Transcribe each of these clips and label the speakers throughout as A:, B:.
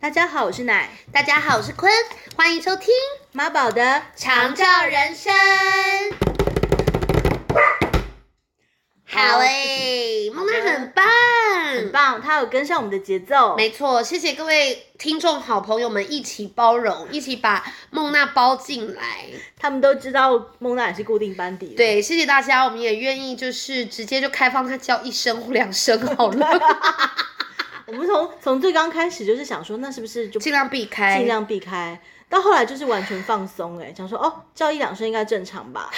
A: 大家好，我是奶
B: 大家好，我是坤，欢迎收听《
A: 妈宝的。
B: 长照人生》。好诶、梦娜很棒，
A: 很棒，他有跟上我们的节奏。
B: 没错，谢谢各位听众好朋友们一起包容，一起把梦娜包进来。
A: 他们都知道孟娜也是固定班底的。
B: 对，谢谢大家，我们也愿意就是直接就开放她叫一声或两声 好了，
A: 我们从从最刚开始就是想说，那是不是就
B: 尽量避开，
A: 尽量避开？到后来就是完全放松，哎，想说哦，叫一两声应该正常吧？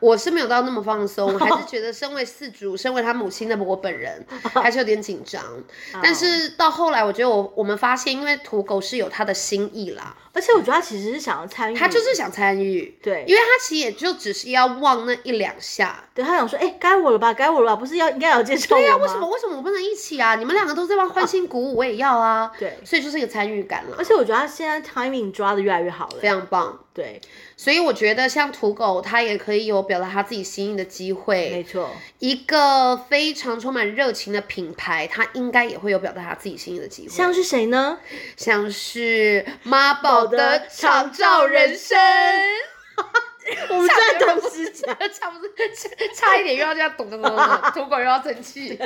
B: 我是没有到那么放松，我还 是觉得身为四主，身为他母亲的我本人，还是有点紧张。
A: 嗯
B: 但是到后来，我觉得我我们发现，因为土狗是有他的心意啦，
A: 而且我觉得他其实是想要参与，
B: 他就是想参与，
A: 对
B: 因为他其实也就只是要望那一两下。
A: 对他想说，哎、该我了吧，该我了吧，不是要应该要介绍我吗？
B: 对呀、为什么为什么我不能一起啊？你们两个都在帮欢欣鼓舞，我也要啊。
A: 对
B: 所以就是一个参与感了
A: 而，且我觉得他现在 timing 抓的越来越好了
B: 非。常棒。
A: 对，
B: 所以我觉得像土狗，他也可以有表达他自己心意的机会。
A: 没错，
B: 一个非常充满热情的品牌，它应该也会有表达他自己心意的机会，
A: 像是谁呢？
B: 像是妈宝的长照 人生，
A: 我们在同时讲，
B: 差不多差差一点又要这样咚咚咚咚，土狗又要生 气，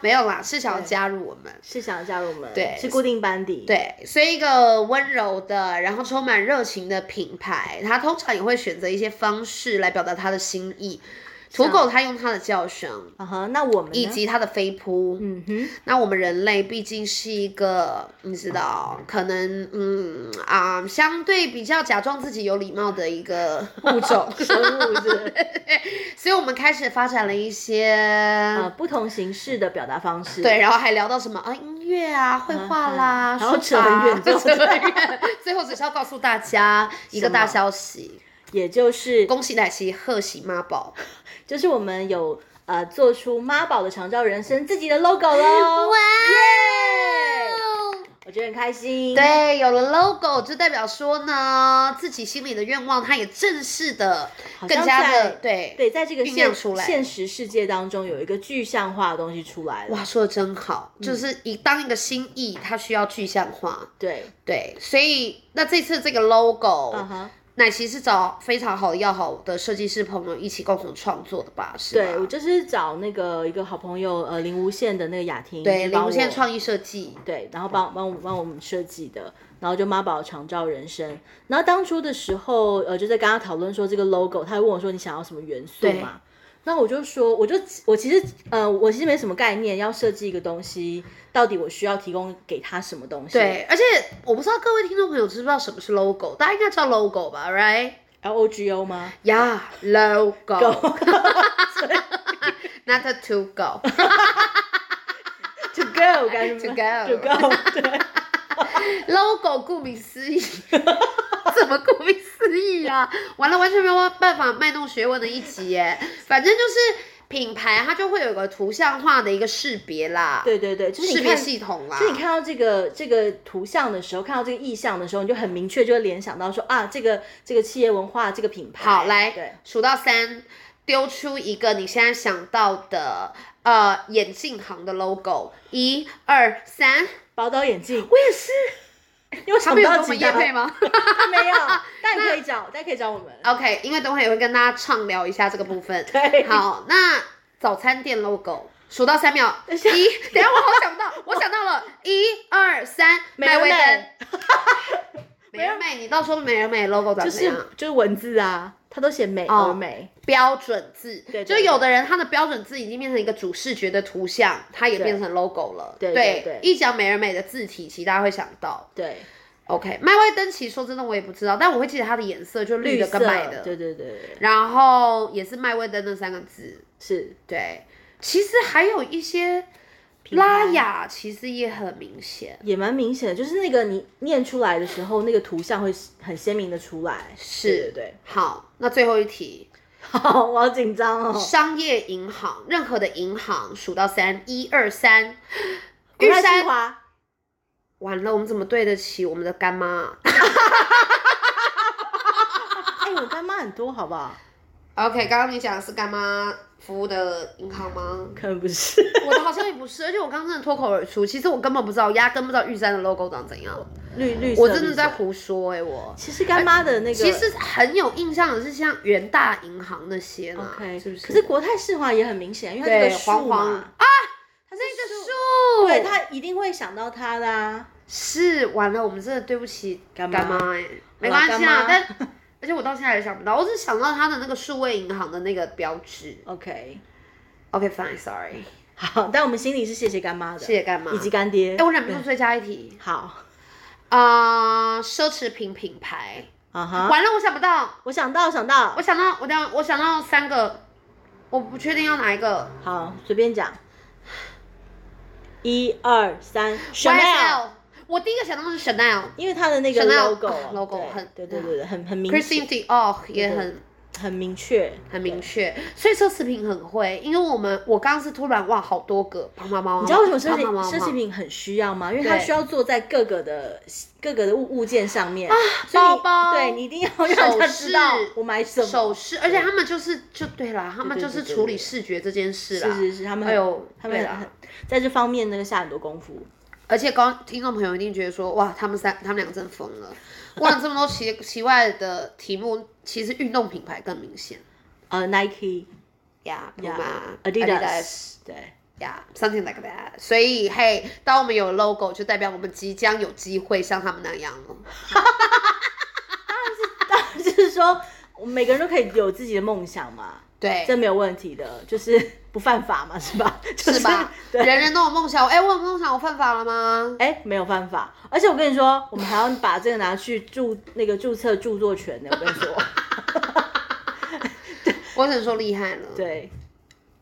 B: 没有啦，是想要加入我们。
A: 是想要加入我们，
B: 对
A: 是固定班底，，
B: 对，所以一个温柔的，然后充满热情的品牌，它通常也会选择一些方式来表达它的心意。土狗它用它的叫声，
A: 啊哈，那我们呢
B: 以及它的飞扑，
A: 嗯哼，
B: 那我们人类毕竟是一个，你知道，可能嗯啊、相对比较假装自己有礼貌的 一个物 种，
A: 生物是
B: 所以我们开始发展了一些，
A: 呃不同形式的表达方式，
B: 对，，然后还聊到什么啊音乐啊、绘画啦，
A: 嗯然后
B: 书
A: 扯很
B: 法
A: 远 就
B: 扯很远，最后只是要告诉 大家一个
A: 什么
B: 大消息，
A: 也就是
B: 恭喜奶昔，贺喜妈 宝，
A: 就是我们有呃做出妈宝的长照人生自己的 logo
B: 哦
A: 喽，耶！我觉得很开心，，
B: 对，有了 logo 就代表说呢，自己心里的愿望，它也正式的、
A: 好像
B: 更加
A: 在
B: 的对
A: 对，在这个
B: 酝酿
A: 现
B: 出来
A: 现实世界当中有一个具象化的东西出来了，
B: 哇，说的真好，
A: 嗯
B: 就是一当一个心意，它需要具象化。
A: 对，
B: 对，所以那这次这个 logo，、
A: 嗯哼，
B: 奶昔是找非常好的要好的设计师朋友一起共同创作的吧？是
A: 对我
B: 吧？
A: 就是找那个一个好朋友呃林无限的那个雅婷，
B: 对，
A: 就
B: 零
A: 帮
B: 无限
A: 我
B: 创意设计，
A: 对，然后帮帮我帮我们设计的，然后就妈宝长照人生。然后当初的时候，呃，就在跟他讨论说这个 logo，他还问我说你想要什么元素
B: 对
A: 嘛？那我就说，我就我其实呃，我其实没什么概念，要设计一个东西，到底我需要提供给他什么东西？，
B: 对，而且我不知道各位听众朋友知不知道什么是 logo，大家应该知道 logo 吧？Right？
A: L O G O 吗？
B: 呀、yeah,，logo，not a to go。
A: To go，该什
B: To
A: 么
B: go
A: go，对，
B: logo 顾名思义，怎么顾名思义啊？完了，完全没有办法卖弄学问的一集耶。反正就是品牌，它就会有个图像化的一个识别啦，
A: 对 对对，就是
B: 识
A: 你
B: 别
A: 看，
B: 系统啦
A: 就。是你看到这个这个图像的时候，看到这个意象的时候，你就很明确就会联想到说啊，这个这个企业文化，这个品牌。
B: 好，
A: 对
B: 来。数到三，丢出一个你现在想到的呃眼镜行的 logo，一二三，
A: 宝岛眼镜，
B: 我也是。
A: 又
B: 他
A: 想不
B: 们有跟
A: 到
B: 我们
A: 几
B: 业
A: 家
B: 配？吗
A: 没 有，但可以找，但可以找我们。
B: ？OK，因为等会也会跟大家畅聊一下这个部分。
A: 对，，
B: 好，那早餐店 logo 数到三秒，一，等一下我好想不到，我想到了，一二三，
A: 美
B: 麦
A: 而
B: 味登
A: 美，
B: 美而美，你到时候美而美 logo 长
A: 就
B: 怎样？
A: 是就是文字啊，它都写美
B: 哦
A: 而美，
B: 标准字，
A: 对对
B: 就有的人他的标准字已经变成一个主视觉的图像，它也
A: 对
B: 变成 logo 了。
A: 对对对
B: 一讲美而美的字体，其实大家会想到。
A: 对，
B: OK，麦味登其实说真的我也不知道，但我会记得它的颜色，就绿的
A: 色
B: 跟白的，
A: 对对对对，
B: 然后也是麦味登那三个字。
A: 是
B: 对，其实还有一些
A: 品牌
B: 拉雅，其实也很明显。
A: 也蛮明显的，就是那个你念出来的时候，那个图像会很鲜明的出来。
B: 是
A: 对对对，
B: 好，那最后一题，
A: 好，我好紧张哦。
B: 商业银行，任何的银行，数到三，一二三，
A: 国
B: 玉
A: 泰
B: 山
A: 清。华，
B: 完了，我们怎么对得起我们的干妈？
A: 哎，我干妈很多，好不好？
B: OK，刚刚你讲的是干妈服务的银行吗？
A: 可能不是。
B: 我的好像也不是，而且我刚刚真的脱口而出，其实我根本不知道，压根不知道玉山的 logo 长怎样，
A: 绿绿色，
B: 我真的在
A: 绿色。
B: 胡说哎、我。
A: 其实干妈的那个，
B: 其实很有印象的是像元大银行那些呢
A: OK，
B: 是不是？
A: 可是国泰世华也很明显，因为它这
B: 对
A: 个树
B: 黄
A: 嘛，
B: 黄
A: 啊，
B: 那个树，
A: 对，他一定会想到它的啊。
B: 是完了，我们真的对不起
A: 干妈
B: 妈哎、没
A: 好啦
B: 关系
A: 干妈
B: 啊，但 而且我到现在还想不到，我只想到他的那个数位银行的那个标志。
A: OK，
B: OK fine sorry，
A: 好，但我们心里是谢谢干妈的，
B: 谢谢干妈
A: 以及干爹。
B: 哎、我忍不住追加一题
A: 好
B: 啊、奢侈品品牌，
A: 啊哈，
B: 完了我想不到，
A: 我想到，我想到
B: 我，想到我等下我想到三个，我不确定要哪一个。
A: 好，随便讲。一二三
B: YSL，我第一个想到的是 Chanel。
A: 因为它的那个
B: Chanel，
A: logo 啊
B: 啊，logo
A: 对
B: 很
A: 对对对对，很很明显，
B: Christine Dior 也
A: 对
B: 很
A: 很明确。
B: 很明确，所以奢侈品很会，因为我们我刚刚是突然哇好多个，啪啪啪啪，
A: 你知道为什么奢
B: 啪啪啪
A: 侈
B: 啪
A: 奢侈品很需要吗？因为它
B: 对
A: 需要坐在各个的各个的物物件上面，所以
B: 啊包
A: 你
B: 包
A: 对你一定要让人家知道
B: 首饰
A: 我买什么
B: 首饰，而且他们就是就对啦，他们
A: 对
B: 就
A: 对
B: 是
A: 对
B: 处
A: 对
B: 理视觉这件事啦。
A: 是是是，他们
B: 哎呦，
A: 他们
B: 对
A: 很
B: 啦
A: 很，在这方面那个下很多功夫。
B: 而且刚听众朋友一定觉得说，哇，他们三他们俩真疯了，哇，这么多奇奇怪的题目，其实运动品牌更明显
A: 呃，Nike、
B: 呀 p u
A: yeah，
B: a d i d a s
A: 对，
B: 呀、yeah,，something like that。所以，嘿，当我们有 logo，就代表我们即将有机会像他们那样了。
A: 就是说我们每个人都可以有自己的梦想嘛，
B: 对，
A: 这没有问题的，就是 不犯法嘛，是吧？ 就是
B: 吧？
A: 对，
B: 人人都有梦想。哎、我有梦想，我犯法 了吗？
A: 哎，没有办法。而且我跟你说，我们还要把这个拿去注那个注册著作权的。我跟你说，
B: 我只能说厉害了。，
A: 对，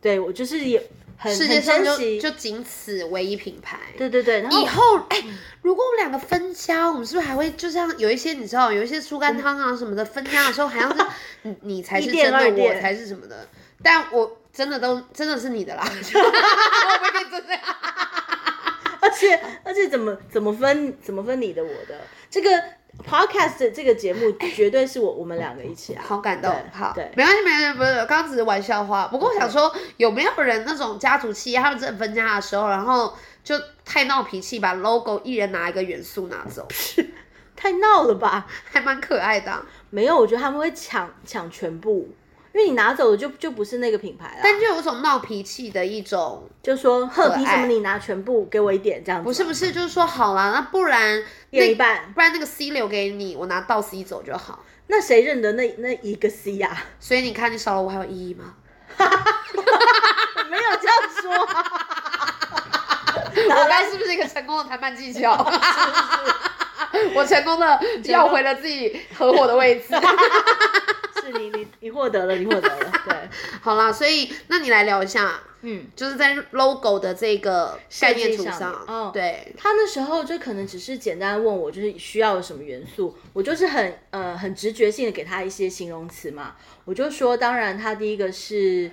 A: 对我就是也很
B: 世界
A: 很
B: 上
A: 珍
B: 就
A: 惜。
B: 就仅此唯一品牌。
A: 对对对，然后
B: 以后，哎、如果我们两个分家，我们是不是还会就像有一些你知道，有一些猪肝汤啊什么的，分家的时候还要 是你你才是
A: 一店
B: 真
A: 二
B: 的，我
A: 店
B: 才是什么的？但我真的都真的是你 的啦，我不会变成这样。
A: 而且 而且怎么怎么分怎么分你的我的这个 podcast 这个节目绝对是我我们两个一起啊，
B: 好感动
A: 对，
B: 好，
A: 对
B: 没关系，没关系，不是，刚刚只是玩笑话。不过我想说，有没有人那种家族企业，他们真的分家的时候，然后就太闹脾气，把 logo 一人拿一个元素拿走，
A: 太闹了吧？
B: 还蛮可爱的啊、
A: 没有，我觉得他们会抢抢全部，因为你拿走的就就不是那个品牌了，
B: 但就有一种闹脾气的一种，
A: 就说哼，
B: 爱
A: 凭什么你拿全部给我一点这样子？啊
B: 不是不是，就是说好啦，那不然
A: 一人一
B: 那
A: 半，
B: 不然那个 C 留给你，我拿到 C 走就好。
A: 那谁认得那那一个 C 啊呀、
B: 所以你看，你少了我还有意 义吗？
A: 没有这样说、啊，
B: 我刚是不是一个成功的谈判技巧？ 我成功的要回了自己合伙的位置。
A: 是你你你获得了，你获得了，对，
B: 好啦，所以那你来聊一下，
A: 嗯。
B: 就是在 logo 的这个概念图
A: 设计上面哦
B: 对，
A: 他那时候就可能只是简单问我，就是需要有什么元素，我就是很呃很直觉性的给他一些形容词嘛，我就说，当然他第一个是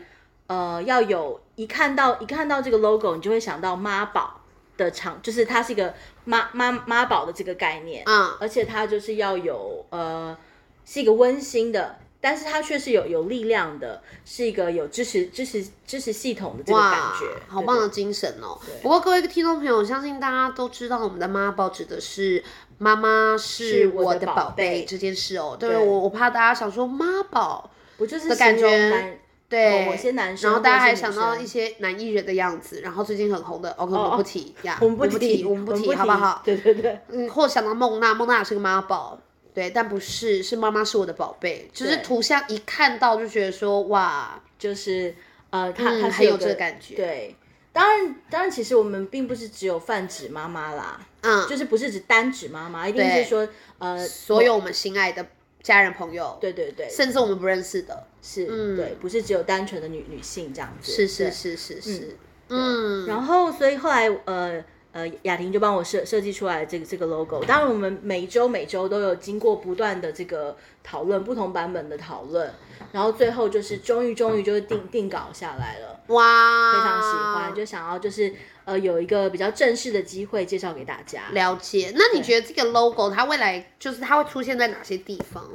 A: 呃要有一看到一看到这个 logo，你就会想到妈宝的厂，就是它是一个妈妈妈宝的这个概念，
B: 嗯，
A: 而且它就是要有呃是一个温馨的。但是它却是有有力量的，是一个有支持支持支持系统的这个感
B: 哇
A: 觉，，
B: 好
A: 对
B: 棒
A: 对
B: 的精神哦。不过各位听众朋友，我相信大家都知道我们的妈宝指的是妈妈是
A: 是我
B: 我
A: 的
B: 的
A: 宝
B: 宝贝
A: 贝
B: 这件事哦。对
A: 对
B: 我我怕大家想说妈宝，
A: 我就是哦
B: 的感
A: 形容
B: 觉
A: 蛮
B: 对，
A: 某某些男生
B: 然后大家
A: 或
B: 还
A: 者是
B: 想
A: 女
B: 到
A: 生
B: 一些男艺人的样子，然后最近很红的，哦，我们不提呀，
A: 我们不
B: 不
A: 提，
B: 我们不提，好不好？
A: 对对对，
B: 嗯，或想到孟娜，孟娜也是个妈宝，对，但不是，是妈妈是我的宝贝，就是
A: 对
B: 图像一看到就觉得说哇，
A: 就是呃，他
B: 嗯
A: 他
B: 很有
A: 个
B: 这个感觉
A: 对，当然当然，其实我们并不是只有泛指妈妈啦，
B: 嗯，
A: 就是不是指单指妈妈，一定是
B: 对
A: 说呃，
B: 所有我们心爱的家人朋友，，
A: 对对对，
B: 甚至我们不认识的，
A: 是，
B: 嗯
A: 对，不是只有单纯的女女性这样子，
B: 是是
A: 对。
B: 是是是，嗯，
A: 然后，哦所以后来呃。呃，雅婷就帮我设设计出来这个这个 logo。当然，我们每周每周都有经过不断的这个讨论，不同版本的讨论，然后最后就是终于终于就是定定稿下来了。
B: 哇，
A: 非常喜欢，就想要就是呃有一个比较正式的机会介绍给大家。
B: 了解。那你觉得这个 logo 它未来就是它会出现在哪些地方？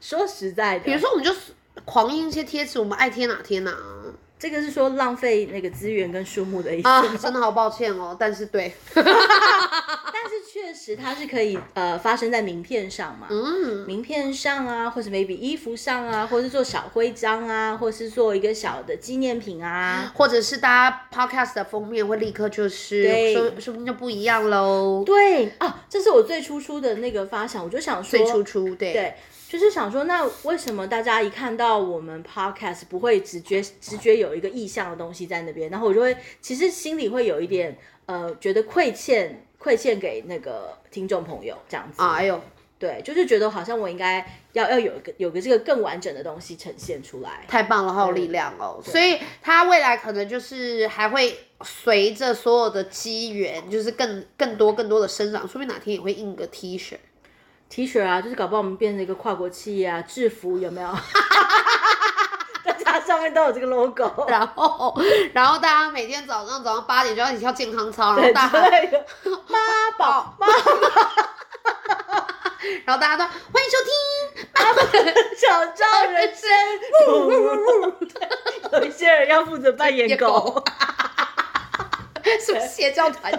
A: 说实在的，
B: 比如说，我们就狂印一些贴纸，我们爱贴哪贴哪啊。
A: 这个是说浪费那个资源跟树木的意思
B: 啊
A: 吗，
B: 真的好抱歉哦，但是对，
A: 但是确实它是可以呃发生在名片上嘛，
B: 嗯，
A: 名片上啊，或是 maybe 衣服上啊，或是做小徽章啊，或是做一个小的纪念品啊。
B: 或者是大家 podcast 的封面会立刻就是，
A: 对
B: 说说不定就不一样喽。
A: 对啊，这是我最初初的那个发想，我就想说，
B: 最初初对，
A: 对，就是想说，那为什么大家一看到我们 podcast 不会直觉直觉有一个意向的东西在那边，然后我就会其实心里会有一点呃觉得愧欠愧欠给那个听众朋友这样子，
B: 哎呦，
A: 对，就是觉得好像我应该要要有一个有个这个更完整的东西呈现出来，
B: 太棒了，好有
A: 嗯
B: 力量哦！所以他未来可能就是还会随着所有的机缘，就是更更多更多的生长，说不定哪天也会印个 T 恤。
A: T 恤啊，就是搞不好我们变成一个跨国企业啊，制服有没 有？大家上面都有这个 logo，
B: 然后， 然后大家每天早上早上八点就要一起跳健康操，然后
A: 对，
B: 大
A: 之
B: 家，
A: 类的 妈宝妈
B: 然后大家都欢迎收听，
A: 小赵人 生，有一些人要负责扮演狗，
B: 是不是邪教团体？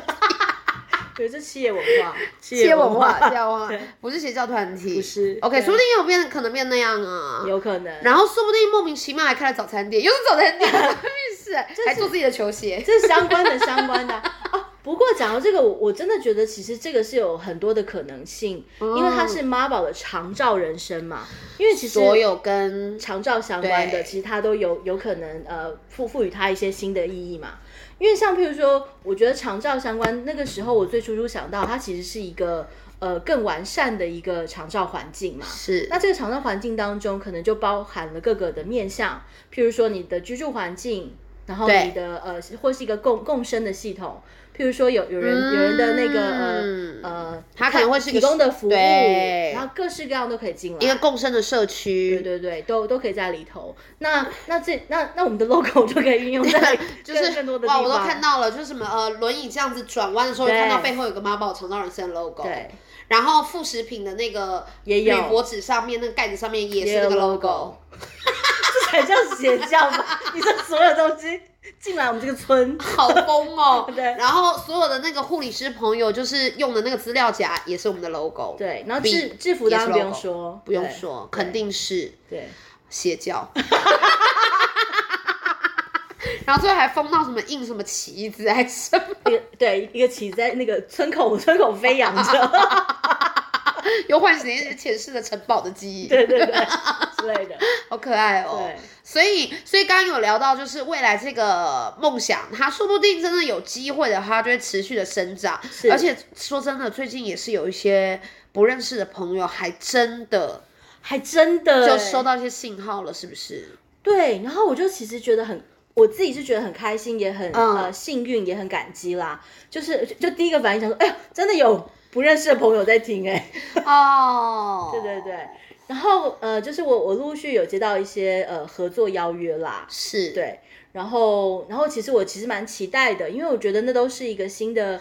A: 对，这企业文化，企
B: 企业文化，这样 吗
A: 对？
B: 不是邪教团体，
A: 不是
B: OK，
A: 对
B: 说不定有变，可能变那样啊。
A: 有可能。
B: 然后说不定莫名其妙还开了早餐店，又是早餐 店，是还做自己的球鞋。
A: 这是相关的相关的 啊。不过讲到这个，我我真的觉得其实这个是有很多的可能性，
B: 哦
A: 因为它是妈宝的长照人生嘛。因为其实
B: 所有跟
A: 长照相关的，
B: 对
A: 其实它都有有可能呃赋赋予它一些新的意义嘛。因为像譬如说，我觉得长照相关那个时候，我最初初想到它其实是一个呃更完善的一个长照环境嘛。
B: 是
A: 那这个长照环境当中，可能就包含了各个的面向，譬如说你的居住环境，然后
B: 对
A: 你的呃，或是一个共共生的系统，譬如说有有人、有人的那
B: 嗯
A: 个呃呃，
B: 它可能会是一
A: 提
B: 个
A: 供的服务，
B: 对
A: 然后各式各样都可以进来，
B: 一个共生的社区，
A: 对对对，都都可以在里头。那那这那那我们的 logo 就可以运用在
B: 就是
A: 更更多的地
B: 哇，
A: 方。
B: 我都看到了，就是什么呃，轮椅这样子转弯的时候，会
A: 对
B: 看到背后有个妈宝肠道人生的 logo，
A: 对，
B: 然后副食品的那个
A: 也有
B: 铝箔纸上面那个盖子上面也
A: 也
B: 是那
A: 有
B: 个
A: logo
B: logo，
A: 这才叫邪教吧？你这所有东西进来我们这个村，！
B: 好疯哦
A: 对
B: 然后所有的那个护理师朋友就是用的那个资料夹也是我们的 logo，，
A: 对，然后
B: 比
A: 制制服当然
B: 也
A: 不
B: 是
A: 用
B: logo
A: 说，
B: 不用
A: 对
B: 说，肯定是
A: 对。
B: 邪 教。然后最后还封到什么印什么旗子还是什么，
A: 一个对一个旗在那个村口村口飞扬 着，
B: 又唤醒一些前世的城堡的记忆，
A: 对对对之类的，
B: 好可爱哦。
A: 对，
B: 所以，所以刚刚有聊到，就是未来这个梦想，它说不定真的有机会的话，它就会持续的生长。
A: 是
B: 而且说真的，最近也是有一些不认识的朋友，还真的
A: 还真的
B: 就
A: 欸
B: 收到一些信号了，是不是？
A: 对，然后我就其实觉得很，我自己是觉得很开心，也很、
B: 嗯
A: 呃幸运，也很感激啦。就是就第一个反应想说，哎呦，真的有不认识的朋友在听哎、
B: 哦，
A: 对对对，。然后呃，就是我我陆续有接到一些呃合作邀约啦，
B: 是，
A: 对。然后然后其实我其实蛮期待的，因为我觉得那都是一个新的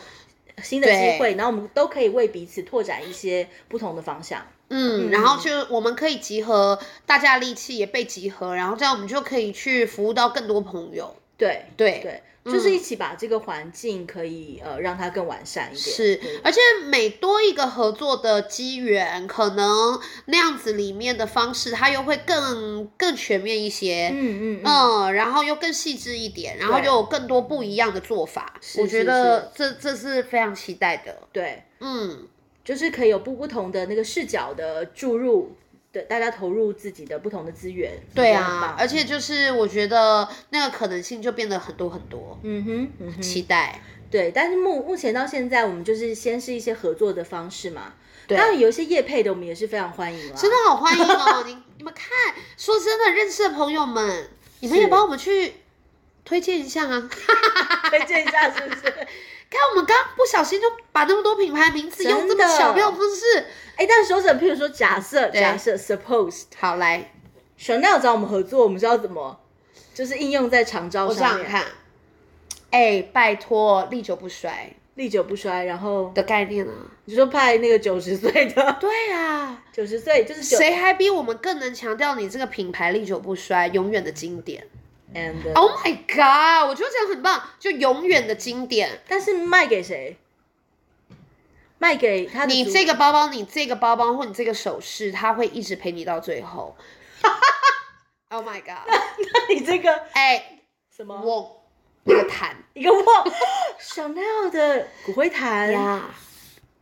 A: 新的机
B: 对
A: 会，然后我们都可以为彼此拓展一些不同的方向。
B: 嗯，然后就我们可以集合大家的力气，也被集合，然后这样我们就可以去服务到更多朋友。
A: 对
B: 对。嗯
A: 对，就是一起把这个环境可以呃让它更完善一点。
B: 是
A: 对，
B: 而且每多一个合作的机缘，可能那样子里面的方式，它又会更更全面一些，
A: 嗯嗯嗯。
B: 嗯，然后又更细致一点，然后
A: 对
B: 又有更多不一样的做法。
A: 是
B: 我
A: 是
B: 觉得这这是非常期待的，
A: 对，
B: 嗯，
A: 就是可以有不不同的那个视角的注入，对，大家投入自己的不同的资源。
B: 对
A: 我觉得很
B: 啊
A: 棒，
B: 而且就是我觉得那个可能性就变得很多很多，
A: 嗯哼，嗯
B: 期
A: 哼，
B: 待。
A: 对。但是目目前到现在，我们就是先是一些合作的方式嘛，
B: 对
A: 当然有一些业配的，我们也是非常欢迎啦。
B: 真的好欢迎 哦！你你们看，说真的，认识的朋友们，你们也
A: 是
B: 帮我们去推荐一下啊！哎
A: 推荐一下，是不 是？
B: 看我们刚刚不小心就把那么多品牌名字用这么巧妙的方式，
A: 哎，但是说真的，譬如说假设
B: 对
A: 假设 suppose
B: 好来，
A: Chanel 找我们合作，我们是要怎么？就是应用在长招
B: 我想
A: 上
B: 想
A: 面。
B: 看，哎、拜托，历久不衰，
A: 历久不衰，然后
B: 的概念啊。
A: 你说派那个九十岁的，
B: 对啊，
A: 九十岁就是九
B: 谁还比我们更能强调你这个品牌历久不衰、永远的经典
A: and，、
B: ？Oh my god！我觉得这样很棒，就永远的经典。
A: 但是卖给谁？卖给嗯他的
B: 你
A: 主
B: 这个包包，你这个包包或你这个首饰，它会一直陪你到最后。oh my god！
A: 你这个
B: 哎、
A: 什么
B: 我那个毯
A: 一个旺 Chanel 的骨灰坛
B: 呀，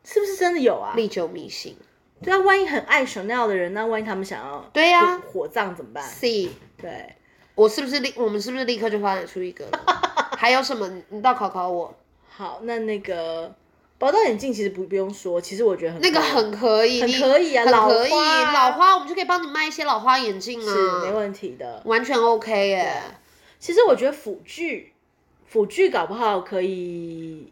A: 是不是真的有啊？
B: 历久弥新。
A: 对啊，万一很爱 Chanel 的人，那万一他们想要
B: 对呀、
A: 火火葬怎么办？
B: c
A: 对，
B: 我是不是立？我们是不是立刻就发展出一个了？还有什么？你你倒考考我，
A: 好，那那个宝岛眼镜其实不不用说，其实我觉得很
B: 那个
A: 可以
B: 很可以，
A: 嗯很
B: 你
A: 可以啊
B: 很
A: 老
B: 可以，
A: 花啊
B: 老花，我们就可以帮你卖一些老花眼镜啊，
A: 是没问啊题的。
B: 完全 OK 耶。
A: 其实我觉得辅具，辅具搞不好可以，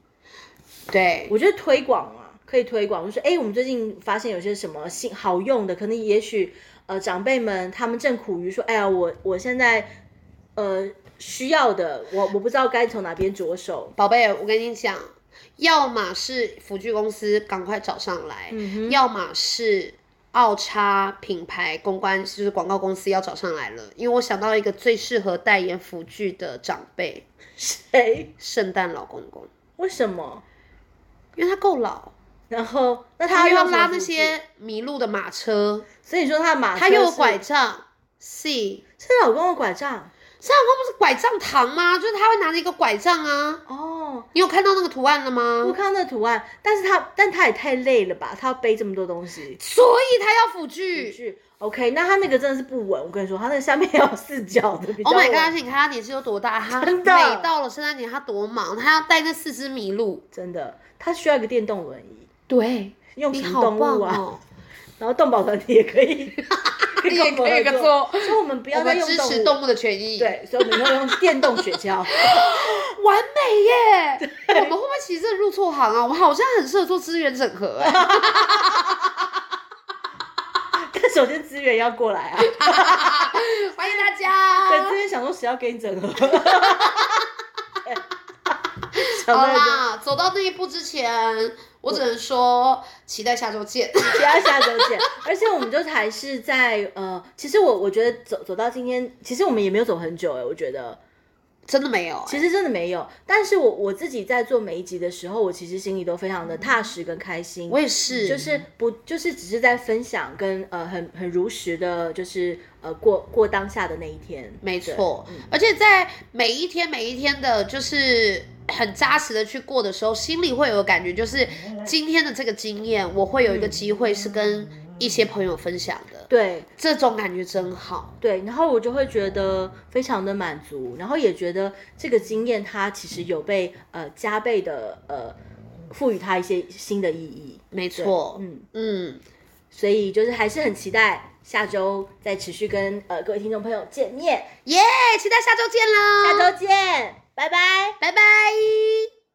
B: 对，
A: 我觉得推广啊，可以推广，就是哎，诶我们最近发现有些什么新好用的，可能也许呃长辈们他们正苦于说，哎呀，我我现在呃需要的，我我不知道该从哪边着手。
B: 宝贝，我跟你讲，要么是辅具公司赶快找上来，
A: 嗯哼，
B: 要么是奥差品牌公关就是广告公司要找上来了，因为我想到一个最适合代言辅具的长辈
A: 谁？
B: ——圣诞老公公，
A: 为什么？
B: 因为他够老，
A: 然后那
B: 他
A: 他
B: 又要
A: 用什么
B: 拉
A: 辅
B: 那
A: 具，
B: 些迷路的马车，
A: 所以你说他的马
B: 他
A: 车
B: 又有
A: 是
B: 拐，杖。C，
A: 是老公的拐杖
B: 圣诞老公不是拐杖糖吗？就是他会拿着一个拐杖啊。
A: 哦。
B: 你有看到那个图案了
A: 我
B: 吗？
A: 看到那图案，但是他但他也太累了吧，他要背这么多东西。
B: 所以他要辅具。
A: 去 OK，那他那个真的是不稳，我跟你说，他那个下面要有四角的比较
B: Oh
A: 稳。
B: my god！而且你看他年纪有多大，他
A: 真
B: 每
A: 的
B: 到了圣诞节他多忙，他要带那四只麋鹿。
A: 真的，他需要一个电动轮椅，
B: 对，
A: 用
B: 你
A: 成
B: 好
A: 动
B: 棒
A: 物啊，
B: 哦！
A: 然后动保团体也可以，
B: 你也可以
A: 跟我们合
B: 做，
A: 所以我们不
B: 我
A: 要再
B: 们
A: 用
B: 支
A: 动
B: 持
A: 物，
B: 动物的权益。，
A: 对，所以我们要用电动雪橇。
B: 完美耶！我们会不会其实真的入错行啊？我们好像很适合做资源整合哎。
A: 但首先资源要过来啊，
B: 欢迎大
A: 对，
B: 家
A: 资。源想说谁要给你 整合？想
B: 好
A: 到一个，
B: 啦，走到那一步之前，我只能说期待下周见。
A: 不要下周见。而且我们就还是在呃，其实我我觉得走走到今天，其实我们也没有走很久哎、我觉得。
B: 真的没有、欸，
A: 其实真的没有，但是我我自己在做每一集的时候，我其实心里都非常的踏实跟开心，
B: 嗯我也嗯是，
A: 就是不就是只是在分享跟呃很很如实的，就是呃过过当下的那一天，
B: 没
A: 对
B: 错，而且在每一天每一天的，就是 很扎实的去过的时候，心里会有个感觉，就是今天的这个经验，我会有一个机会是跟一些朋友分享的，
A: 对
B: 这种感觉真好。
A: 对，然后我就会觉得非常的满足，然后也觉得这个经验它其实有被呃加倍的呃赋予它一些新的意义，
B: 没
A: 对
B: 错，
A: 嗯。
B: 嗯，
A: 所以就是还是很期待下周再持续跟呃各位听众朋友见面，
B: 耶、期待下周见啦，
A: 下周见，拜拜。
B: 拜拜。